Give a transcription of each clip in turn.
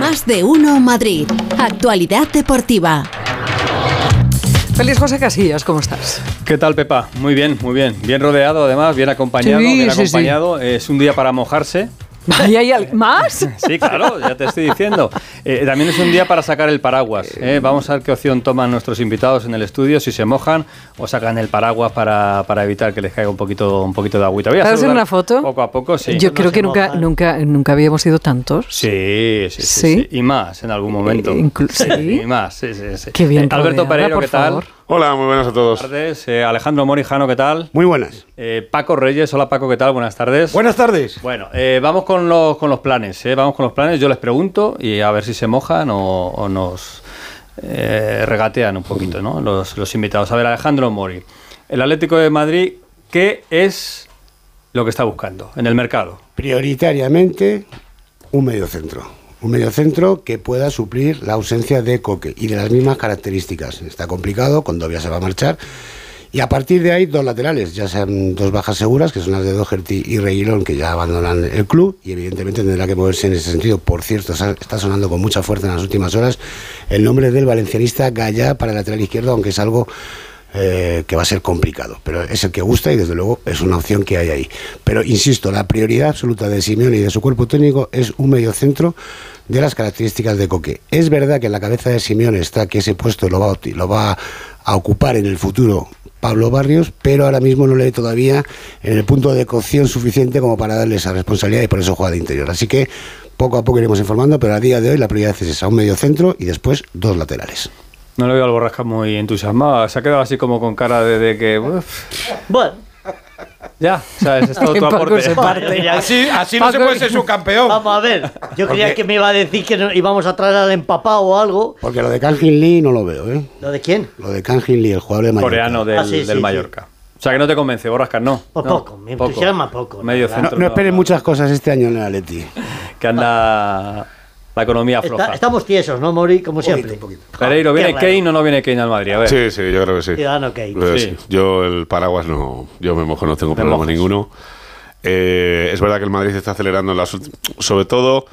Más de uno Madrid. Actualidad deportiva. Feliz José Casillas, ¿cómo estás? ¿Qué tal, Pepa? Muy bien, muy bien. Bien rodeado, además, bien acompañado, Sí, bien sí, sí. acompañado. Es un día para mojarse. Vaya, ¿hay al- más? Sí, claro, ya te estoy diciendo. Eh, también es un día para sacar el paraguas. ¿eh? Vamos a ver qué opción toman nuestros invitados en el estudio, si se mojan o sacan el paraguas para, para evitar que les caiga un poquito, un poquito de agüita. Voy a ¿Vas a hacer saludar una foto? Poco a poco, sí. Yo creo que nunca, mojan. nunca, nunca habíamos sido tantos. Sí, sí, sí, ¿Sí? Eh, sí. Y más en algún momento. Inclu- sí. Y más, sí, sí, sí. Qué bien Eh, Alberto rodeada, Pereiro, por ¿qué tal? favor. Hola, muy buenas a todos. Buenas tardes. Eh, Alejandro Morijano, ¿qué tal? Muy buenas. Eh, Paco Reyes, hola Paco, ¿qué tal? Buenas tardes. Buenas tardes. Bueno, eh, vamos con los, con los planes, ¿eh? vamos con los planes. Yo les pregunto y a ver si se mojan o, o nos eh, regatean un poquito, ¿no? Los, los invitados. A ver, Alejandro Mori, el Atlético de Madrid, ¿qué es lo que está buscando en el mercado? Prioritariamente un mediocentro. Un mediocentro que pueda suplir la ausencia de Coque y de las mismas características. Está complicado, Condovia se va a marchar. Y a partir de ahí, dos laterales, ya sean dos bajas seguras, que son las de Doherty y Reguilón, que ya abandonan el club, y evidentemente tendrá que moverse en ese sentido. Por cierto, sa- está sonando con mucha fuerza en las últimas horas el nombre del valencianista Gallá para el lateral izquierdo, aunque es algo eh, que va a ser complicado, pero es el que gusta y desde luego es una opción que hay ahí. Pero insisto, la prioridad absoluta de Simeone y de su cuerpo técnico es un mediocentro de las características de Coque. Es verdad que en la cabeza de Simeone está que ese puesto lo va, a opti- lo va a ocupar en el futuro Pablo Barrios, pero ahora mismo no le ve todavía en el punto de cocción suficiente como para darle esa responsabilidad y por eso juega de interior. Así que poco a poco iremos informando, pero a día de hoy la prioridad es esa, un mediocentro y después dos laterales. No le veo al Borrasca muy entusiasmado, se ha quedado así como con cara de, de que... "Uf, Bueno, ya, ¿sabes? Es este todo tu Paco aporte. se parte. Así, así no se Paco- puede ser subcampeón. vamos a ver. Yo creía que me iba a decir que no- íbamos a traer al empapado o algo. Porque lo de Kangin Lee no lo veo, ¿eh? ¿Lo de quién? Lo de Kangin Lee, el jugador de Mallorca. Coreano del, Ah, sí, sí, del sí. Mallorca. O sea que no te convence, Borrasca, no. Pues No, poco, me entusiasma poco, la Medio verdad. No, centro. no esperen no. muchas cosas este año en el Atleti. Que anda la economía floja. Está- estamos tiesos, ¿no, Mori? Como siempre. Pereiro, ¿viene Qué raro. Kane o no viene Kane al Madrid? A ver. Sí, sí, yo creo que sí. Ciudadano Kane. Creo que Sí. sí. Yo el paraguas no, yo me mojo, no tengo Te problema mojas. ninguno. Eh, es verdad que el Madrid se está acelerando en las ult- sobre todo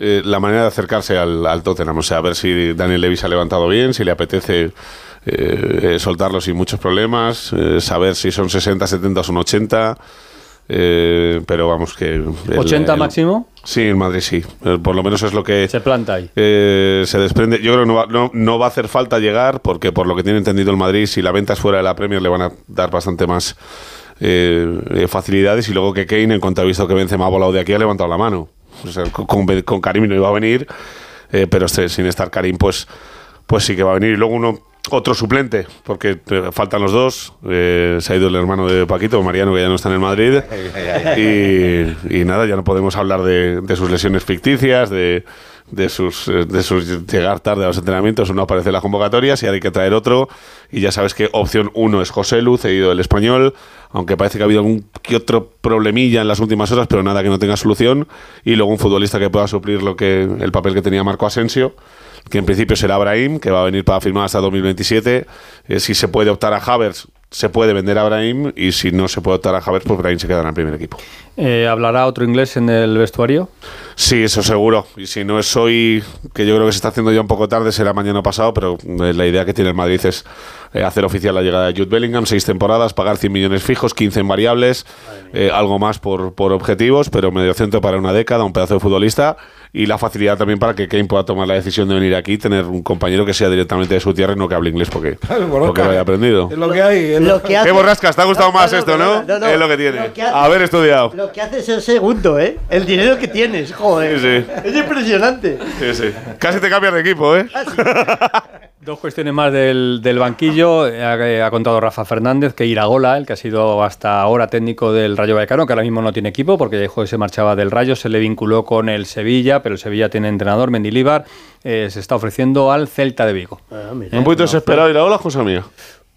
eh, la manera de acercarse al, al Tottenham, o sea, a ver si Daniel Levy se ha levantado bien, si le apetece eh, soltarlo sin muchos problemas, eh, saber si son 60, 70 o son 80. eh, pero vamos que... el- 80 el- máximo. Sí, el Madrid sí. Eh, Por lo menos es lo que... Se planta ahí. Eh, se desprende. Yo creo que no va, no, no va a hacer falta llegar, porque por lo que tiene entendido el Madrid, si la venta es fuera de la Premier, le van a dar bastante más eh, eh, facilidades. Y luego que Kane, en cuanto ha visto que Benzema ha volado de aquí, ha levantado la mano. O sea, con, con- con Karim no iba a venir, eh, pero este, sin estar Karim, pues, pues sí que va a venir. Y luego uno. Otro suplente, porque eh, faltan los dos. eh, se ha ido el hermano de Paquito, Mariano, que ya no está en el Madrid. Y, y nada, ya no podemos hablar de, de sus lesiones ficticias, de, de, sus, eh, de sus llegar tarde a los entrenamientos o no aparecer en las convocatorias y ahora hay que traer otro. Y ya sabes que opción uno es José Luz, cedido del español, aunque parece que ha habido algún que otro problemilla en las últimas horas, pero nada que no tenga solución. Y luego un futbolista que pueda suplir lo que, el papel que tenía Marco Asensio que en principio será Abraham, que va a venir para firmar hasta 2027. Eh, si se puede optar a Havers, se puede vender a Abraham y si no se puede optar a Havers, pues Abraham se quedará en el primer equipo. Eh, ¿Hablará otro inglés en el vestuario? Sí, eso seguro. Y si no es hoy, que yo creo que se está haciendo ya un poco tarde, será mañana pasado, pero eh, la idea que tiene el Madrid es eh, hacer oficial la llegada de Jude Bellingham, seis temporadas, pagar 100 millones fijos, 15 en variables, eh, algo más por, por objetivos, pero mediocentro para una década, un pedazo de futbolista y la facilidad también para que Kane pueda tomar la decisión de venir aquí, tener un compañero que sea directamente de su tierra y no que hable inglés porque, Borrasca. porque lo haya aprendido. Es lo que hay. es lo- Lo que hace- ¿Qué borrascas? ¿Te ha gustado No, más no, esto, no? perdona, Es lo que tiene. hace- Haber estudiado. Lo que hace es el segundo, ¿eh? El dinero que tienes, joder. Sí, sí. Es impresionante. Sí, sí. Casi te cambias de equipo, ¿eh? Dos cuestiones más del, del banquillo. Eh, Ha, eh, ha contado Rafa Fernández que Iragola, el que ha sido hasta ahora técnico del Rayo Vallecano, que ahora mismo no tiene equipo porque dejó y se marchaba del Rayo, se le vinculó con el Sevilla, pero el Sevilla tiene entrenador, Mendilíbar, eh, se está ofreciendo al Celta de Vigo. Ah, mira. Un Eh, poquito desesperado y la ola, cosa mía.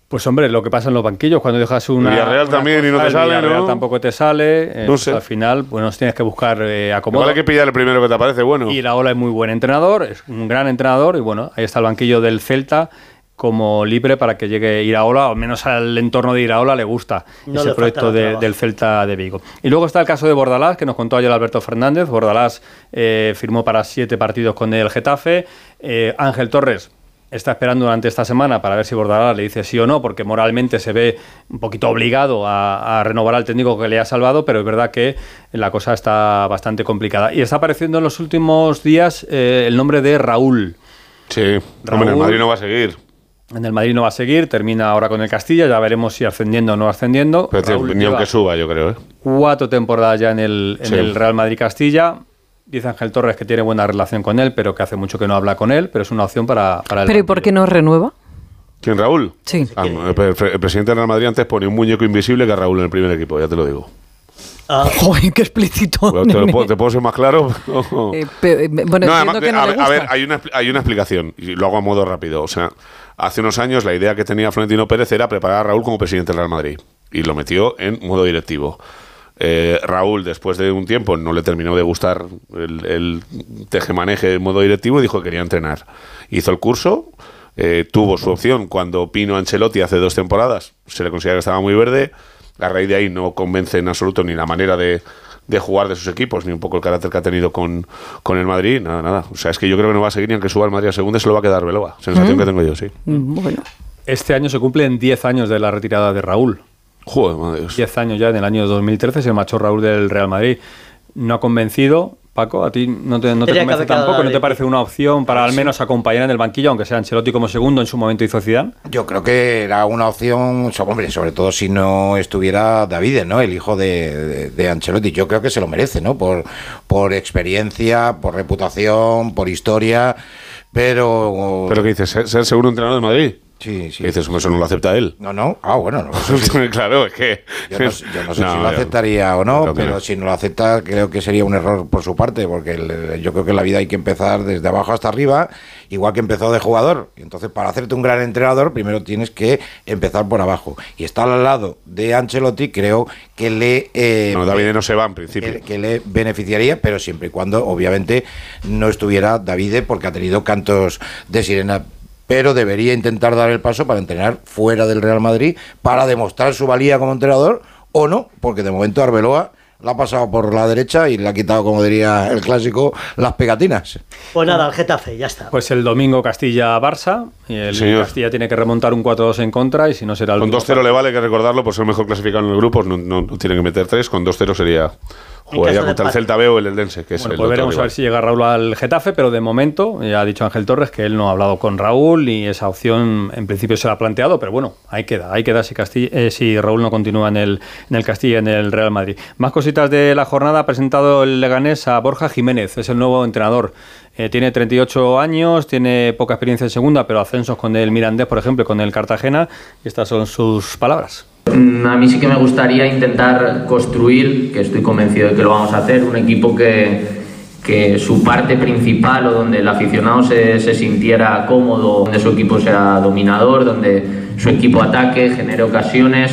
Pues hombre, lo que pasa en los banquillos, cuando dejas una... Villarreal una también y no te el sale, Villarreal ¿no? tampoco te sale. eh, No pues sé. al final, bueno, tienes que buscar eh, acomodo. Igual hay que pillar el primero que te aparece, bueno. Y la ola es muy buen entrenador, es un gran entrenador y bueno, ahí está el banquillo del Celta como libre para que llegue Iraola, o al menos al entorno de Iraola le gusta No ese le proyecto faltará de- trabajo. del Celta de Vigo. Y luego está el caso de Bordalás, que nos contó ayer Alberto Fernández. Bordalás eh, firmó para siete partidos con el Getafe. Eh, Ángel Torres está esperando durante esta semana para ver si Bordalás le dice sí o no, porque moralmente se ve un poquito obligado a, a renovar al técnico que le ha salvado, pero es verdad que la cosa está bastante complicada. Y está apareciendo en los últimos días eh, el nombre de Raúl. Sí, Raúl. hombre, el Madrid no va a seguir. En el Madrid no va a seguir, termina ahora con el Castilla, ya veremos si ascendiendo o no ascendiendo. Pero te- Raúl ni lleva- aunque suba, yo creo. ¿eh? cuatro temporadas ya en el, en Sí. el Real Madrid Castilla. Dice Ángel Torres que tiene buena relación con él, pero que hace mucho que no habla con él, pero es una opción para, para el ¿Pero y por qué no banquillo. renueva? ¿Quién, Raúl? Sí. Ah, el, pre- el presidente del Real Madrid antes ponía un muñeco invisible que a Raúl en el primer equipo, ya te lo digo. Ah, Joder, qué explícito. Bueno, ¿Te, lo puedo, te puedo ser más claro? Eh, pe- eh, bueno, No, entiendo además, que no a, le ver- a gusta. ver, hay una, expli- hay una explicación, y lo hago a modo rápido. O sea, hace unos años la idea que tenía Florentino Pérez era preparar a Raúl como presidente del Real Madrid y lo metió en modo directivo. Eh, Raúl, después de un tiempo, no le terminó de gustar el, el tejemaneje en modo directivo y dijo que quería entrenar. Hizo el curso, eh, tuvo su opción cuando Pino Ancelotti hace dos temporadas, se le considera que estaba muy verde. A raíz de ahí no convence en absoluto ni la manera de, de jugar de sus equipos, ni un poco el carácter que ha tenido con, con el Madrid. Nada, nada. O sea, es que yo creo que no va a seguir ni aunque suba el Madrid a segunda, se lo va a quedar Veloa. Sensación que tengo yo, sí. Mm, Bueno, Este año se cumplen 10 años de la retirada de Raúl. Joder, madre de Dios. 10 años ya, en el año 2013 se marchó Raúl del Real Madrid. No ha convencido, Paco, a ti no te, no te Tendría que convence haber quedado tampoco, ¿no te Atleti. parece una opción para al menos acompañar en el banquillo, aunque sea Ancelotti como segundo en su momento hizo Zidane? Yo creo que era una opción, so- hombre, sobre todo si no estuviera David, ¿no? El hijo de, de- de Ancelotti. Yo creo que se lo merece, ¿no? Por, por experiencia, por reputación, por historia, pero... ¿Pero qué dices? ¿Ser, ser segundo entrenador del Madrid? sí, sí. ¿Qué dices? Hombre, Eso no lo acepta él. No, no. Ah, bueno, no. claro, es que. Yo no, yo no sé si lo yo- aceptaría o no, creo que pero no. si no lo acepta creo que sería un error por su parte, porque el- yo creo que en la vida hay que empezar desde abajo hasta arriba, igual que empezó de jugador. Y Entonces, para hacerte un gran entrenador, primero tienes que empezar por abajo. Y estar al lado de Ancelotti creo que le... eh, No, David no se va en principio. que, que le beneficiaría, pero siempre y cuando, obviamente, no estuviera Davide, porque ha tenido cantos de sirena. Pero debería intentar dar el paso para entrenar fuera del Real Madrid, para demostrar su valía como entrenador, o no, porque de momento Arbeloa la ha pasado por la derecha y le ha quitado, como diría el clásico, las pegatinas. pues nada, el Getafe, ya está. Pues el domingo Castilla-Barça, y el Señor. Castilla tiene que remontar un 4-2 en contra y si no será el Con último 2-0 le vale que recordarlo por ser mejor clasificado en el grupo. No, no- no tiene que meter 3. Con 2-0 sería. Jugaría caso de contra el empate. Celta B o el Eldense, que es Bueno, el pues otro veremos a rival. ver si llega Raúl al Getafe, pero de momento ya ha dicho Ángel Torres que él no ha hablado con Raúl y esa opción en principio se la ha planteado, pero bueno, ahí queda, ahí queda si, Castilla- eh, si Raúl no continúa en el, en el Castilla, en el Real Madrid. Más cositas de la jornada, ha presentado el Leganés a Borja Jiménez, es el nuevo entrenador. Eh, tiene 38 años, tiene poca experiencia en segunda, pero ascensos con el Mirandés, por ejemplo, y con el Cartagena, y estas son sus palabras. Mm, A mí sí que me gustaría intentar construir, que estoy convencido de que lo vamos a hacer, un equipo que, que su parte principal o donde el aficionado se, se sintiera cómodo, donde su equipo sea dominador, donde su equipo ataque, genere ocasiones.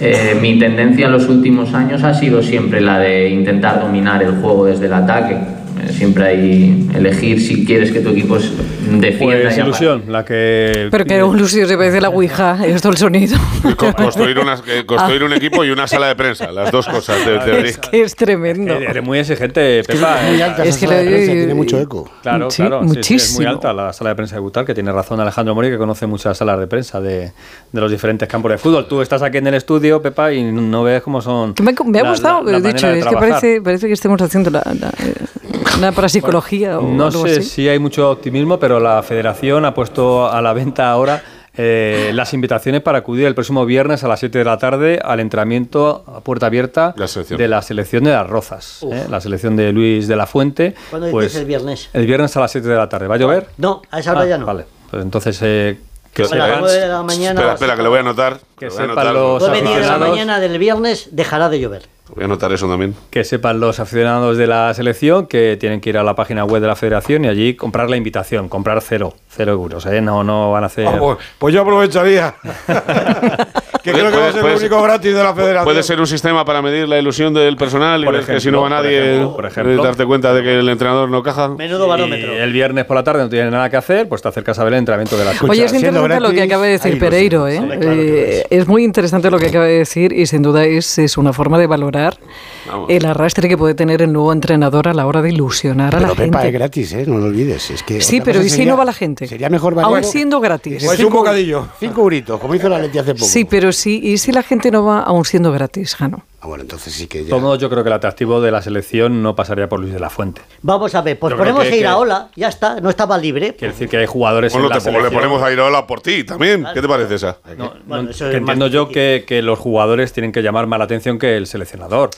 Eh, mi tendencia en los últimos años ha sido siempre la de intentar dominar el juego desde el ataque. Eh, Siempre hay elegir si quieres que tu equipo se- defienda. Pues y ataque. ilusión, la que... pero que era un lucio, se parece la Ouija, esto el sonido. Co- Construir, unas- eh, construir un equipo y una sala de prensa. Las dos cosas. Ah, de- de- es que es tremendo. Eh, Eres muy exigente, Pepa. eh, Muy alta Es esa que sala de le- prensa, tiene mucho eco. Claro, Sí, claro, sí, sí, es muy muchísimo. alta la sala de prensa de Gutar, que tiene razón Alejandro Mori, que conoce muchas salas de prensa de, de los diferentes campos de fútbol. Tú estás aquí en el estudio, Pepa, y no ves cómo son. Que me, ha- me ha la- gustado, la- la he dicho, manera de es que trabajar. parece, parece que estemos haciendo la, la- eh, una parapsicología o No algo sé así. si hay mucho optimismo, pero la federación ha puesto a la venta ahora eh, las invitaciones para acudir el próximo viernes a las 7 de la tarde al entrenamiento a puerta abierta La selección. de la selección de las Rozas, ¿eh? la selección de Luis de la Fuente. pues ¿Cuándo dices el viernes? El viernes a las 7 de la tarde. ¿Va a llover? No, a esa hora Ah, ya no. Vale, pues entonces eh, que, Que A las sepan- nueve de la mañana. Espera, espera, que lo voy a anotar. Que lo voy a sepan Pues anotar. los Nueve, diez de la Pues aficionados. mañana del viernes dejará de llover. Voy a anotar eso también. Que sepan los aficionados de la selección que tienen que ir a la página web de la federación y allí comprar la invitación, comprar cero, cero euros, ¿eh? No, no van a Ah, hacer... Vamos, pues yo aprovecharía. que creo que va a ser Puede- el único gratis de la federación. Puede ser un sistema para medir la ilusión del personal y Por ver que si ejemplo, no va por nadie, ejemplo, por ejemplo. eh, darte cuenta de que el entrenador no caja. Menudo barómetro. Y el viernes por la tarde no tienen nada que hacer, pues te acercas a ver el entrenamiento de la selección. Oye, es siendo interesante lo que gratis, acaba de decir hay ilusión. Pereiro, ¿eh? Hombre, claro que lo Eh, es muy interesante lo que acaba de decir y sin duda es, es una forma de valorar Vamos. el arrastre que puede tener el nuevo entrenador a la hora de ilusionar a la Pero Pepa es gente. gratis, ¿eh? No lo olvides. Es que Sí, otra pero cosa ¿y si no va la gente? Sería mejor valer Aún siendo gratis. Pues un bocadillo. cinco euritos, como hizo la Leti hace poco. Sí, pero sí, y si la gente no va aún siendo gratis, Jano. Ah, bueno, entonces sí que ya. Todo yo creo que el atractivo de la selección no pasaría por Luis de la Fuente. Vamos a ver, pues Yo creo ponemos que- a ir a que- Ola, ya está, no estaba libre. Quiere decir que hay jugadores Bueno, en la Pues te- le selección. ponemos a Irola por ti también. ¿Qué te parece esa? No, no, Bueno, eso que es entiendo más yo difícil. que, que los jugadores tienen que llamar más la atención que el seleccionador.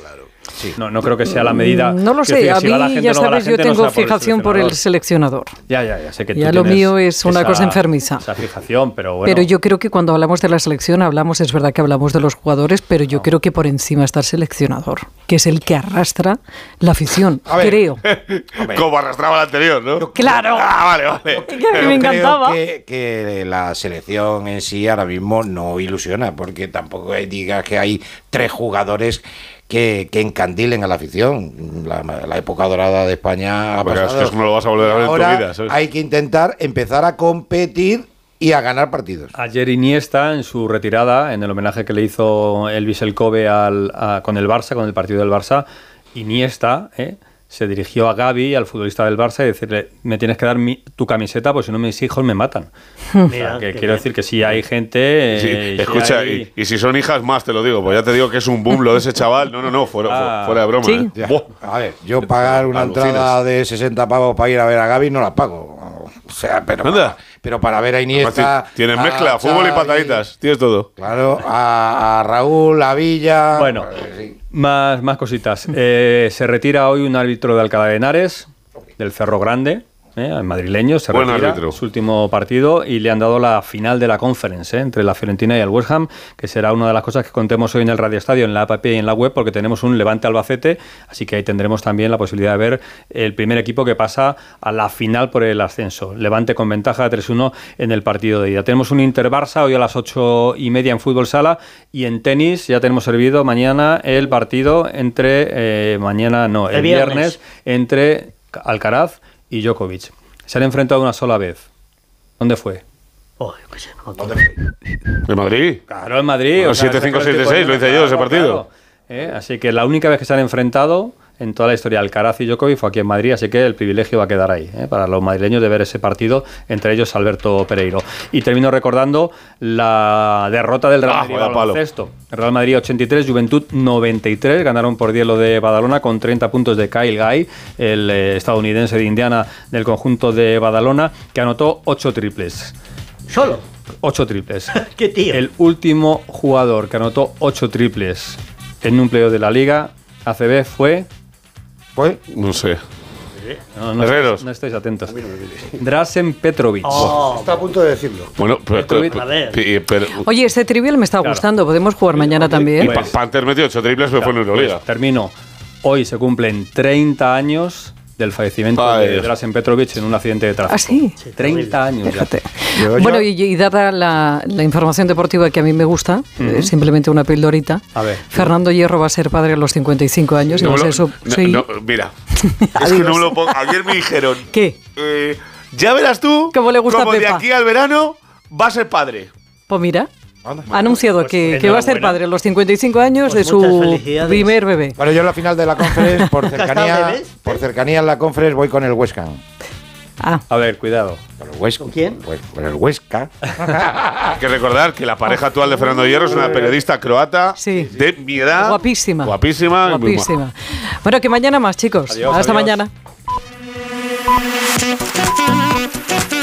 No, no creo que sea la medida. Mm, No lo Quiero sé, decir, a si va la mí gente, ya no va la sabes, yo gente, no tengo será fijación por el seleccionador. seleccionador. Ya, ya, ya sé que tú Ya lo tienes mío es una esa- cosa enfermiza. Esa fijación, pero bueno. Pero yo creo que cuando hablamos de la selección, hablamos, es verdad que hablamos de los jugadores, pero yo creo que por encima está el seleccionador, que es el que arrastra la afición, A ver. creo. Como arrastraba la anterior, ¿no? ¡Claro! Ah, vale, vale. Que a mí Pero me creo encantaba. Que, que la selección en sí ahora mismo no ilusiona, porque tampoco digas que hay tres jugadores que, que encandilen a la afición. La, la época dorada de España ha Porque es pasado. que eso no lo vas a volver a ver en tu Ahora vida, ¿sabes? Hay que intentar empezar a competir y a ganar partidos. Ayer Iniesta, en su retirada, en el homenaje que le hizo Elvis El Kobe al- a- con el Barça, con el partido del Barça, Iniesta ¿eh? se dirigió a Gaby, al futbolista del Barça, y decirle, me tienes que dar mi- tu camiseta, pues si no mis hijos me matan. O sea, Mira, que qué quiero bien. decir que sí hay gente... Sí, eh, sí escucha, hay- y, y si son hijas más, te lo digo, pues ya te digo que es un boom lo de ese chaval. No, no, no, fuera, fu- Ah. fuera de broma. Sí. ¿eh? Buah. A ver, yo pagar una Alucinas. entrada de 60 pavos para ir a ver a Gaby no la pago. O sea, pero, Anda. para, pero para ver a Iniesta. Martín, Tienes a mezcla, fútbol y Xavi, pataditas, tienes todo. Claro, a, a Raúl, a Villa. Bueno, eh, sí. más, más cositas. Eh, se retira hoy un árbitro de Alcalá de Henares, del Cerro Grande, eh, el madrileño. Se Buen retira árbitro. su último partido y le han dado la final de la conference eh, entre la Fiorentina y el West Ham, que será una de las cosas que contemos hoy en el Radio Estadio, en la app y en la web, porque tenemos un Levante Albacete, así que ahí tendremos también la posibilidad de ver el primer equipo que pasa a la final por el ascenso. Levante con ventaja de 3-1 en el partido de ida. Tenemos un Inter Barça hoy a las 8 y media en fútbol sala y en tenis ya tenemos servido mañana el partido entre, eh, mañana no, el, El viernes. viernes. entre Alcaraz y Djokovic. Se han enfrentado una sola vez. ¿Dónde fue? Oh, yo qué sé, no me acuerdo. ¿De Madrid? Claro, en Madrid. Bueno, o sea, 7-5, ese clásico 7-6, lo hice yo ese claro, partido. claro. Eh, Así que la única vez que se han enfrentado en toda la historia Alcaraz y Djokovic fue aquí en Madrid, así que el privilegio va a quedar ahí eh, para los madrileños de ver ese partido, entre ellos Alberto Pereiro. Y termino recordando la derrota del Real Ah, Madrid vaya palo. baloncesto. Real Madrid 83, Juventud 93, ganaron por hielo de Badalona con 30 puntos de Kyle Guy, el eh, estadounidense de Indiana del conjunto de Badalona, que anotó 8 triples. Solo. 8 triples. Qué tío. El último jugador que anotó 8 triples en un playoff de la liga ACB fue. Pues, No sé. No, no Herreros. estáis- no estáis atentos. Drasen Petrovic. Oh, Está a punto de decirlo. Bueno, pero. Esto- pero- a ver. y- pero- Oye, ¿eh? este trivial me está Claro. gustando, podemos jugar mañana y también. Pa- Panther metió 8 triples, pero fue en Euroliga. Pues termino. Hoy se cumplen 30 años del fallecimiento Ay, de Dios. Drasen Petrovic en un accidente de tráfico. ¿Ah, sí? 30 años ya. Fíjate. Bueno, y, y dada la, la información deportiva que a mí me gusta, eh, simplemente una pildorita, A ver. Fernando Hierro va a ser padre a los 55 años. y No va a me ser lo- su- no- sí. no, mira, es que no me lo pongo. Ayer me dijeron. ¿Qué? eh, ya verás tú. Cómo le gusta a como de Pepa. aquí al verano va a ser padre. Pues mira, ha anunciado que, que va a ser Pues enhorabuena. padre a los 55 años Pues de muchas su felicidades. primer bebé. bueno, yo en la final de la conference, por ¿Nunca has estado de cercanía, vez? por cercanía en la conference voy con el Huesca. Ah, A ver, cuidado. ¿Con, el Huesca, ¿Con quién? Pues, con el Huesca. Hay que recordar que la pareja actual de Fernando Hierro es una periodista croata Sí. de mi edad. guapísima. Guapísima. y muy Guapísima. Bueno, que mañana más, chicos. Adiós, Hasta adiós. mañana.